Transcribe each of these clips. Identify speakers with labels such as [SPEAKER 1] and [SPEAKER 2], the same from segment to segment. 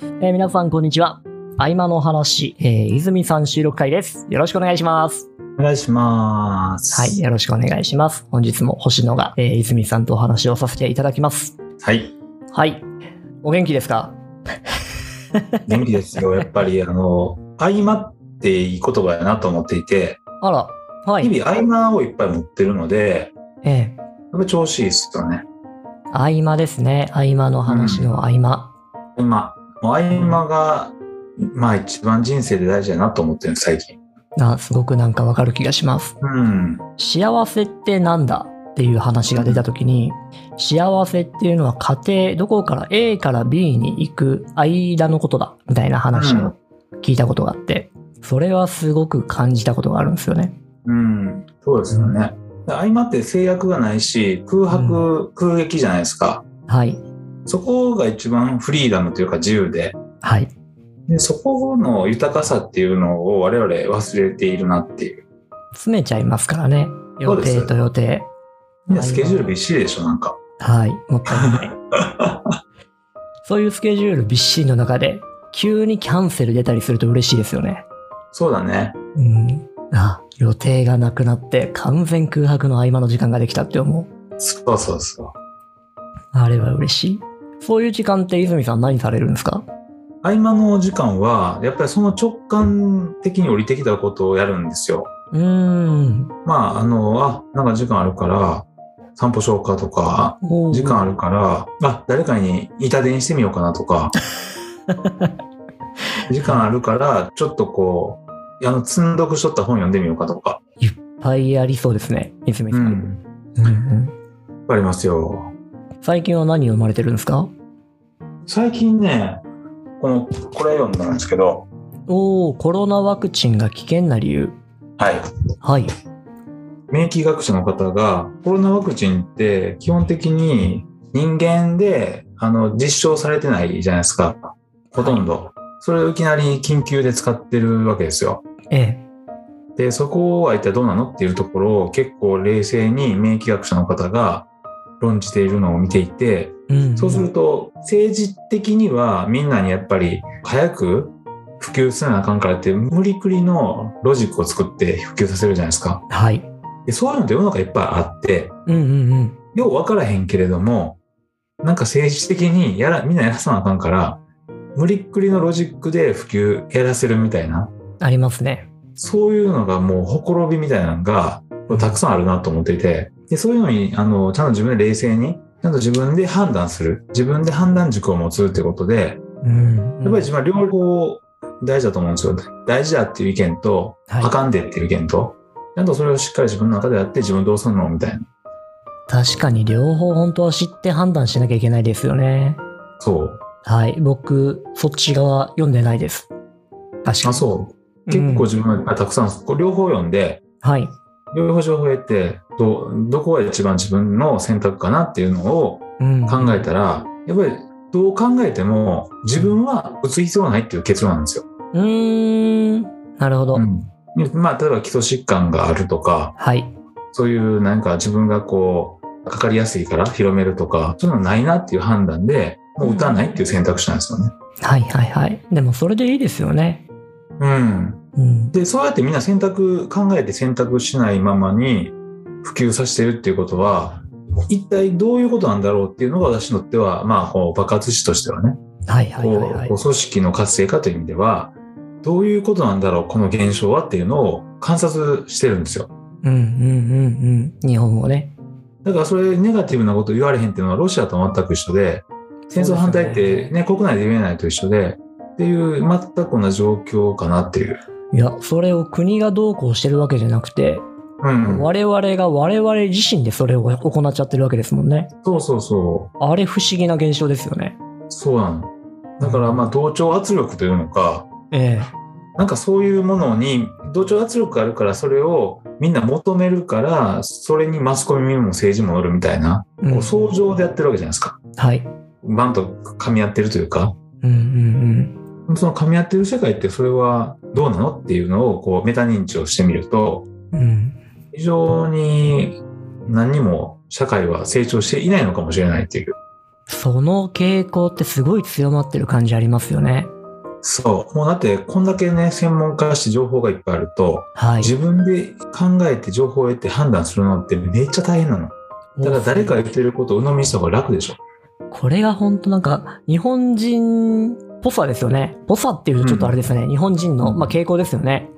[SPEAKER 1] えー皆さん、こんにちは。合間の話、えー泉さん収録会です。よろしくお願いします。
[SPEAKER 2] お願いします。
[SPEAKER 1] はい、。よろしくお願いします。本日も星野が、えー泉さんとお話をさせていただきます。
[SPEAKER 2] はい。
[SPEAKER 1] はい。お元気ですか
[SPEAKER 2] 元気ですよ。やっぱり、あの、合間っていい言葉やなと思っていて、
[SPEAKER 1] あら、はい。
[SPEAKER 2] 日々合間をいっぱい持ってるので、
[SPEAKER 1] えー
[SPEAKER 2] やっぱ調子いいですよね。
[SPEAKER 1] 合間ですね。合間の話の合間。
[SPEAKER 2] 今、もう合間が、まあ一番人生で大事だなと思ってる最近。
[SPEAKER 1] がすごくなんかわかる気がします。
[SPEAKER 2] うん。
[SPEAKER 1] 幸せってなんだっていう話が出た時に、幸せっていうのは家庭、どこから A から B に行く間のことだ、みたいな話を聞いたことがあって、それはすごく感じたことがあるんですよね。
[SPEAKER 2] うん。そうですよね。合間って制約がないし、空白、空撃じゃないですか。
[SPEAKER 1] はい。
[SPEAKER 2] そこが一番フリーダムというか自由で、
[SPEAKER 1] はい。
[SPEAKER 2] でそこの豊かさっていうのを我々忘れているなっていう。
[SPEAKER 1] 詰めちゃいますからね。
[SPEAKER 2] そ
[SPEAKER 1] 予
[SPEAKER 2] うです
[SPEAKER 1] 定と予定。
[SPEAKER 2] いや、スケジュールびっしりでしょ、なんか。
[SPEAKER 1] はい。もったい ない。そういうスケジュールびっしりの中で、急にキャンセル出たりすると嬉しいですよね。
[SPEAKER 2] そうだね。
[SPEAKER 1] うん。あ、予定がなくなって完全空白の合間の時間ができたって思う。
[SPEAKER 2] そうそうそう。
[SPEAKER 1] あれは嬉しい。そういう時間って泉さん何されるんですか
[SPEAKER 2] 合間の時間は、やっぱりその直感的に降りてきたことをやるんですよ。
[SPEAKER 1] うーん。
[SPEAKER 2] まあ、あの、あ、なんか時間あるから、散歩しようかとか、
[SPEAKER 1] おー
[SPEAKER 2] 時間あるから、あ、誰かに板手にしてみようかなと か、時間あるから、ちょっとこう、あの、積んどくしとった本読んでみようかとか、
[SPEAKER 1] いっぱいありそうですね、泉
[SPEAKER 2] う
[SPEAKER 1] さん。う
[SPEAKER 2] ん、
[SPEAKER 1] んうん
[SPEAKER 2] ありますよ。
[SPEAKER 1] 最近は何を生まれてるんですか
[SPEAKER 2] 最近ね、この、これ読んだんですけど、
[SPEAKER 1] おお、コロナワクチンが危険な理由。
[SPEAKER 2] はい。
[SPEAKER 1] はい。
[SPEAKER 2] 免疫学者の方がコロナワクチンって基本的に人間であの実証されてないじゃないですかほとんど、それをいきなり緊急で使ってるわけですよ
[SPEAKER 1] ええ。
[SPEAKER 2] でそこは一体どうなのっていうところを結構冷静に免疫学者の方が論じているのを見ていて
[SPEAKER 1] うん。
[SPEAKER 2] そうすると政治的にはみんなにやっぱり早く普及せなあかんからって無理くりのロジックを作って普及させるじゃないですか
[SPEAKER 1] はい。
[SPEAKER 2] でそういうのって世の中いっぱいあって
[SPEAKER 1] うんうんうん。
[SPEAKER 2] よう分からへんけれども、なんか政治的にやら、みんなやらさなあかんから、無理っくりのロジックで普及やらせるみたいな、
[SPEAKER 1] ありますね。
[SPEAKER 2] そういうのがもうほころびみたいなのが、たくさんあるなと思っていて、でそういうのに、あの、ちゃんと自分で冷静に、ちゃんと自分で判断する。自分で判断軸を持つってことで、
[SPEAKER 1] うん、うん。
[SPEAKER 2] やっぱり自分は両方大事だと思うんですよ。大事だっていう意見と、
[SPEAKER 1] はい
[SPEAKER 2] あかんでっていう意見と、ちゃんとそれをしっかり自分の中でやって自分どうするのみたいな。
[SPEAKER 1] 確かに両方本当は知って判断しなきゃいけないですよね。
[SPEAKER 2] そう。
[SPEAKER 1] はい。僕、そっち側読んでないです。確かに。
[SPEAKER 2] あ、そう。結構自分はたくさん、こう両方読んで
[SPEAKER 1] はい。
[SPEAKER 2] 両方情報を得てどどこが一番自分の選択かなっていうのを
[SPEAKER 1] うん
[SPEAKER 2] 考えたら、やっぱりどう考えても自分は打つ必要はないっていう結論なんですよ。
[SPEAKER 1] うーん。なるほど。
[SPEAKER 2] うんまあ、例えば基礎疾患があるとか
[SPEAKER 1] はい。
[SPEAKER 2] そういうなんか自分がこうかかりやすいから広めるとかそういうのないなっていう判断でもう打たないっていう選択肢なんですよね。
[SPEAKER 1] はいはいはい。でもそれでいいですよね。
[SPEAKER 2] うん、
[SPEAKER 1] うん。
[SPEAKER 2] でそうやってみんな選択考えて選択しないままに普及させてるっていうことは一体どういうことなんだろうっていうのが私にとっては、まあ、こう爆発史としてはね、
[SPEAKER 1] はいはいはいはい
[SPEAKER 2] こう。組織の活性化という意味ではどういうことなんだろうこの現象はっていうのを観察してるんですよ
[SPEAKER 1] うんうんうんうん。日本語ね。
[SPEAKER 2] だからそれネガティブなこと言われへんっていうのはロシアと全く一緒で戦争反対って、ね国内で言えないと一緒でっていう全く同じ状況かなっていう。
[SPEAKER 1] いや、それを国がどうこうしてるわけじゃなくて、
[SPEAKER 2] うん、
[SPEAKER 1] 我々が我々自身でそれを行っちゃってるわけですもんね。
[SPEAKER 2] そうそうそう。
[SPEAKER 1] あれ不思議な現象ですよね。
[SPEAKER 2] そうなの。だからまあ同調圧力というのか、
[SPEAKER 1] ええ。
[SPEAKER 2] なんかそういうものに同調圧力があるからそれをみんな求めるから、それにマスコミも政治も乗るみたいな、
[SPEAKER 1] うん
[SPEAKER 2] こう相乗でやってるわけじゃないですか。
[SPEAKER 1] はい。
[SPEAKER 2] バンと噛み合ってるというか、
[SPEAKER 1] うんうん
[SPEAKER 2] その噛み合ってる世界ってそれはどうなのっていうのをこうメタ認知をしてみると、
[SPEAKER 1] うん。うん。
[SPEAKER 2] 非常に何にも社会は成長していないのかもしれないっていう。
[SPEAKER 1] その傾向ってすごい強まってる感じありますよね。
[SPEAKER 2] そう。もうだって、こんだけね、専門家して情報がいっぱいあると、
[SPEAKER 1] はい。
[SPEAKER 2] 自分で考えて情報を得て判断するのってめっちゃ大変なの。だから誰か言ってることを鵜呑みにした方が楽でしょ。
[SPEAKER 1] これが本当なんか、日本人っぽさですよね。ぽさっていうとちょっとあれですよね。日本人の、まあ、傾向ですよね。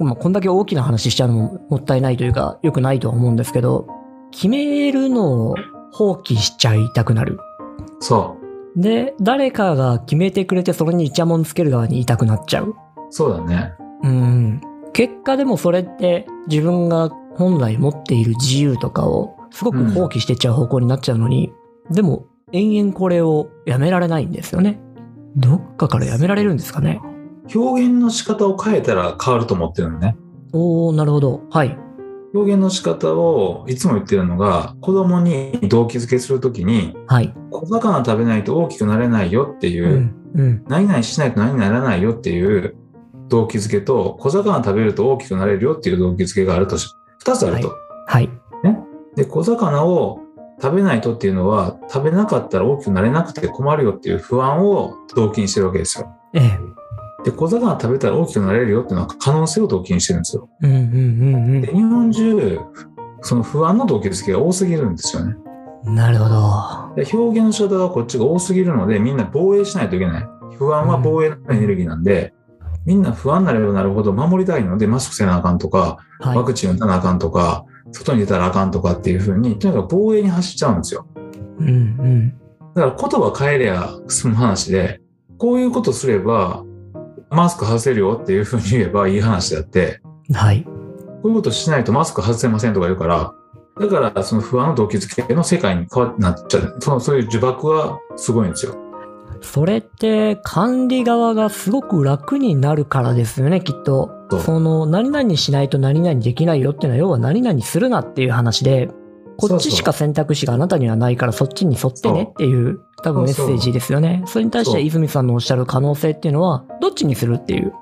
[SPEAKER 1] まあ、こんだけ大きな話しちゃうのももったいないというか、良くないとは思うんですけど、決めるのを放棄しちゃいたくなる。
[SPEAKER 2] そう。
[SPEAKER 1] で、誰かが決めてくれて、それにイチャモンつける側にいたくなっちゃう。
[SPEAKER 2] そうだね。
[SPEAKER 1] うん。結果でもそれって、自分が本来持っている自由とかを、すごく放棄してっちゃう方向になっちゃうのに、でも、延々これをやめられないんですよね。どっかからやめられるんですかね。
[SPEAKER 2] 表現の仕方を変えたら変わると思ってるのね。
[SPEAKER 1] おー、なるほど。はい。
[SPEAKER 2] 表現の仕方をいつも言ってるのが、子供に動機づけするときに、
[SPEAKER 1] はい。
[SPEAKER 2] 小魚食べないと大きくなれないよっていう
[SPEAKER 1] ん。
[SPEAKER 2] う、
[SPEAKER 1] うん。
[SPEAKER 2] 何々しないと何にならないよっていう動機づけと、小魚食べると大きくなれるよっていう動機づけがあるとし、二つあると。
[SPEAKER 1] はい。
[SPEAKER 2] で、小魚を食べないとっていうのは、食べなかったら大きくなれなくて困るよっていう不安を動機にしてるわけですよ。
[SPEAKER 1] ええ。
[SPEAKER 2] で、小魚食べたら大きくなれるよっていうのは可能性を動機にしてるんですよ。
[SPEAKER 1] うんうんうん
[SPEAKER 2] で、日本中、その不安の動機づけが多すぎるんですよね。
[SPEAKER 1] うん。なるほど。
[SPEAKER 2] で表現の仕方がこっちが多すぎるので、みんな防衛しないといけない。不安は防衛のエネルギーなんで、みんな不安になればなるほど守りたいので、マスクせなあかんとか、ワ
[SPEAKER 1] は
[SPEAKER 2] クチン打たなあかんとか、外に出たらあかんとかっていうふうに、とにかく防衛に走っちゃうんですよ。
[SPEAKER 1] い。うんうん。
[SPEAKER 2] だから言葉変えりゃ済む話で、こういうことすれば、マスク外せるよっていうふうに言えばいい話であって、
[SPEAKER 1] はい。
[SPEAKER 2] こういうことしないとマスク外せませんとか言うから、だからその不安の動機づけの世界に変わっなっちゃう。そのそういう呪縛はすごいんですよ。
[SPEAKER 1] それって管理側がすごく楽になるからですよね、きっと
[SPEAKER 2] そう。
[SPEAKER 1] その、何々しないと何々できないよっていうのは、要は何々するなっていう話で、こっちしか選択肢があなたにはないからそっちに沿ってねっていう、多分メッセージですよね。それに対し
[SPEAKER 2] そ
[SPEAKER 1] て
[SPEAKER 2] う
[SPEAKER 1] 泉さんのおっしゃる可能性っていうのは、どっちにするっていう、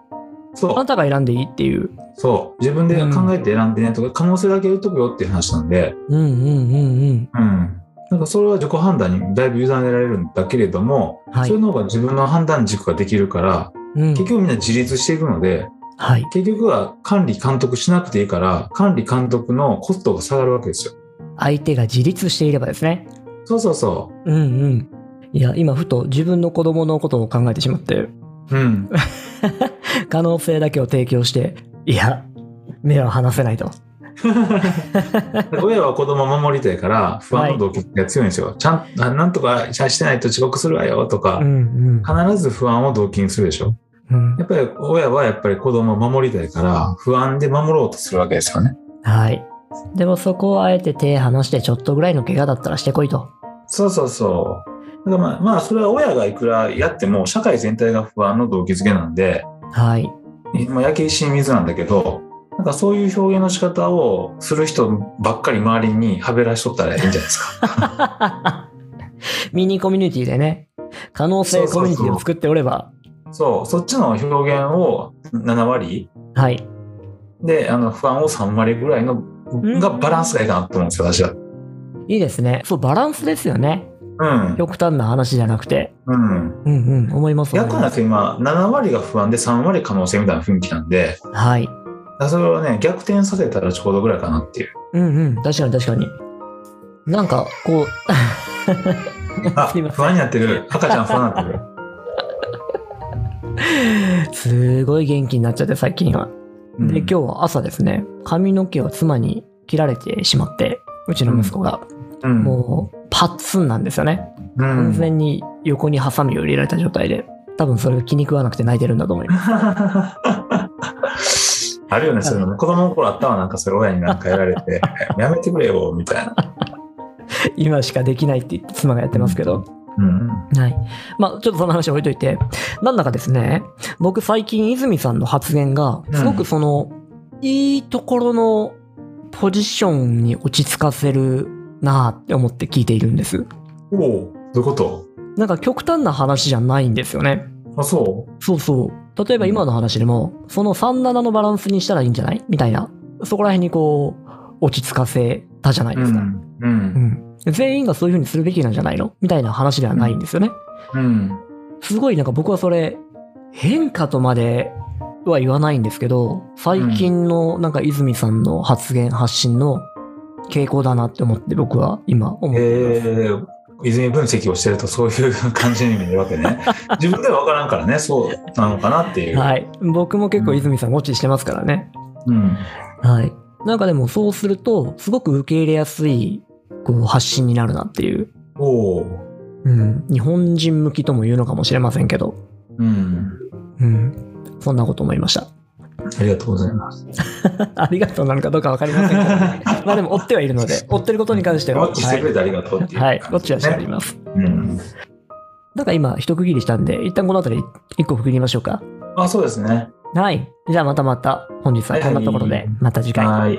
[SPEAKER 2] そ
[SPEAKER 1] あ
[SPEAKER 2] う
[SPEAKER 1] な。たが選んでいいっていう。
[SPEAKER 2] そう。自分で考えて選んでねとか、可能性だけ言っとくよっていう話なんで、
[SPEAKER 1] うんうんうんうん。
[SPEAKER 2] うん。なんかそれは自己判断にだいぶ委ねられるんだけれども、
[SPEAKER 1] はい
[SPEAKER 2] それの方が自分の判断軸ができるから、
[SPEAKER 1] うん、
[SPEAKER 2] 結局みんな自立していくので、
[SPEAKER 1] はい。
[SPEAKER 2] 結局は管理監督しなくていいから、管理監督のコストが下がるわけですよ。
[SPEAKER 1] 相手が自立していればですね。
[SPEAKER 2] そうそうそ
[SPEAKER 1] うんうん。いや、今ふと自分の子供のことを考えてしまって。
[SPEAKER 2] う。うん。
[SPEAKER 1] 可能性だけを提供して、いや、目は離せないと。
[SPEAKER 2] 親は子供を守りたいから、不安の動機が強いんですよ。ちゃん、あなんとかしてないと遅刻するわよとか
[SPEAKER 1] う、ん
[SPEAKER 2] 必ず不安を動機にするでしょ。
[SPEAKER 1] うん。
[SPEAKER 2] やっぱり親はやっぱり子供を守りたいから不安で守ろうとするわけですよね。
[SPEAKER 1] はい。でもそこをあえて手離してちょっとぐらいの怪我だったらしてこいと。
[SPEAKER 2] そうそうそう。だからまあ、まあ、それは親がいくらやっても社会全体が不安の動機づけなんで、
[SPEAKER 1] はい。
[SPEAKER 2] まあ、焼け石に水なんだけど、なんかそういう表現の仕方をする人ばっかり周りにはべらしとったらいいんじゃないで すか。
[SPEAKER 1] ミニコミュニティでね、可能性コミュニティを作っておれば、
[SPEAKER 2] そう、そっちの表現を7割
[SPEAKER 1] はい。
[SPEAKER 2] で、あの不安を3割ぐらいの
[SPEAKER 1] ん
[SPEAKER 2] がバランスがいいかなと思うんですよ、私は。
[SPEAKER 1] いいですね。そう、バランスですよね。
[SPEAKER 2] うん。
[SPEAKER 1] 極端な話じゃなくて。
[SPEAKER 2] うん。
[SPEAKER 1] うんうん、思います。
[SPEAKER 2] 逆なん
[SPEAKER 1] 思いま
[SPEAKER 2] ですすよ、今、7割が不安で3割可能性みたいな雰囲気なんで、
[SPEAKER 1] はい。
[SPEAKER 2] だからそれをね、逆転させたらちょうどぐらいかなっ ていう。
[SPEAKER 1] うんうん、確かに確かに。なんか、こう、
[SPEAKER 2] あ、
[SPEAKER 1] すいません
[SPEAKER 2] 不安になってる。赤ちゃん不安になってる。
[SPEAKER 1] すごい元気になっちゃって、最近は。
[SPEAKER 2] うん
[SPEAKER 1] で、今日は朝ですね、髪の毛を妻に切られてしまって、うちの息子が、
[SPEAKER 2] うん、
[SPEAKER 1] もう、パッツンなんですよね。
[SPEAKER 2] う
[SPEAKER 1] 完
[SPEAKER 2] ん、
[SPEAKER 1] 全に横にハサミを入れられた状態で、多分それが気に食わなくて泣いてるんだと思い ます。
[SPEAKER 2] あるよね、そういうの。子供の頃あったわ、なんかそれ親になんかやられ て、やめてくれよ、みたいな。
[SPEAKER 1] 今しかできないって言って妻がやってますけど。
[SPEAKER 2] うん。
[SPEAKER 1] はい。まあ、ちょっとその話は置いといて、なんだかですね、僕最近泉さんの発言が、すごくその、いいところのポジションに落ち着かせるなあって思って聞いているんです。
[SPEAKER 2] おおう、どういうこと
[SPEAKER 1] なんか極端な話じゃないんですよね。
[SPEAKER 2] あ、そ
[SPEAKER 1] そうそう。例えば今の話でも、その37のバランスにしたらいいんじゃないみたいな。そこら辺にこう、落ち着かせたじゃないう
[SPEAKER 2] う
[SPEAKER 1] ですか。
[SPEAKER 2] ん。う。
[SPEAKER 1] うんん。全員がそういうふうにするべきなんじゃないのみたいな話ではないんですよね。
[SPEAKER 2] うん。
[SPEAKER 1] すごいなんか僕はそれ、変化とまでは言わないんですけど、最近のなんか泉さんの発言、発信の傾向だなって思って僕は今思っています。
[SPEAKER 2] えー泉分析をしてるとそういう感じに見えるわけ ね。自分では分からんからね、そうなのかなっていう。
[SPEAKER 1] はい。僕も結構泉さんウォッチしてますからね。
[SPEAKER 2] うん。
[SPEAKER 1] はい。なんかでもそうすると、すごく受け入れやすいこう発信になるなっていう。
[SPEAKER 2] おお。
[SPEAKER 1] うん。日本人向きとも言うのかもしれませんけど。
[SPEAKER 2] うん。
[SPEAKER 1] うん。そんなこと思いました。
[SPEAKER 2] ありがとうございます。
[SPEAKER 1] ありがとうなのかどうかわかりませんけ ど、まあでも追ってはいるので、 追ってることに関しては。
[SPEAKER 2] ウォッチしてくれてありがとうっていう。
[SPEAKER 1] はい。どっちはしてあります。
[SPEAKER 2] うん。
[SPEAKER 1] だから今、一区切りしたんで、一旦この辺り、一個区切りましょうか。
[SPEAKER 2] あ、そうですね。
[SPEAKER 1] はい。じゃあまたまた、本日はこんなところ
[SPEAKER 2] は
[SPEAKER 1] で
[SPEAKER 2] い、
[SPEAKER 1] また次回。
[SPEAKER 2] はい。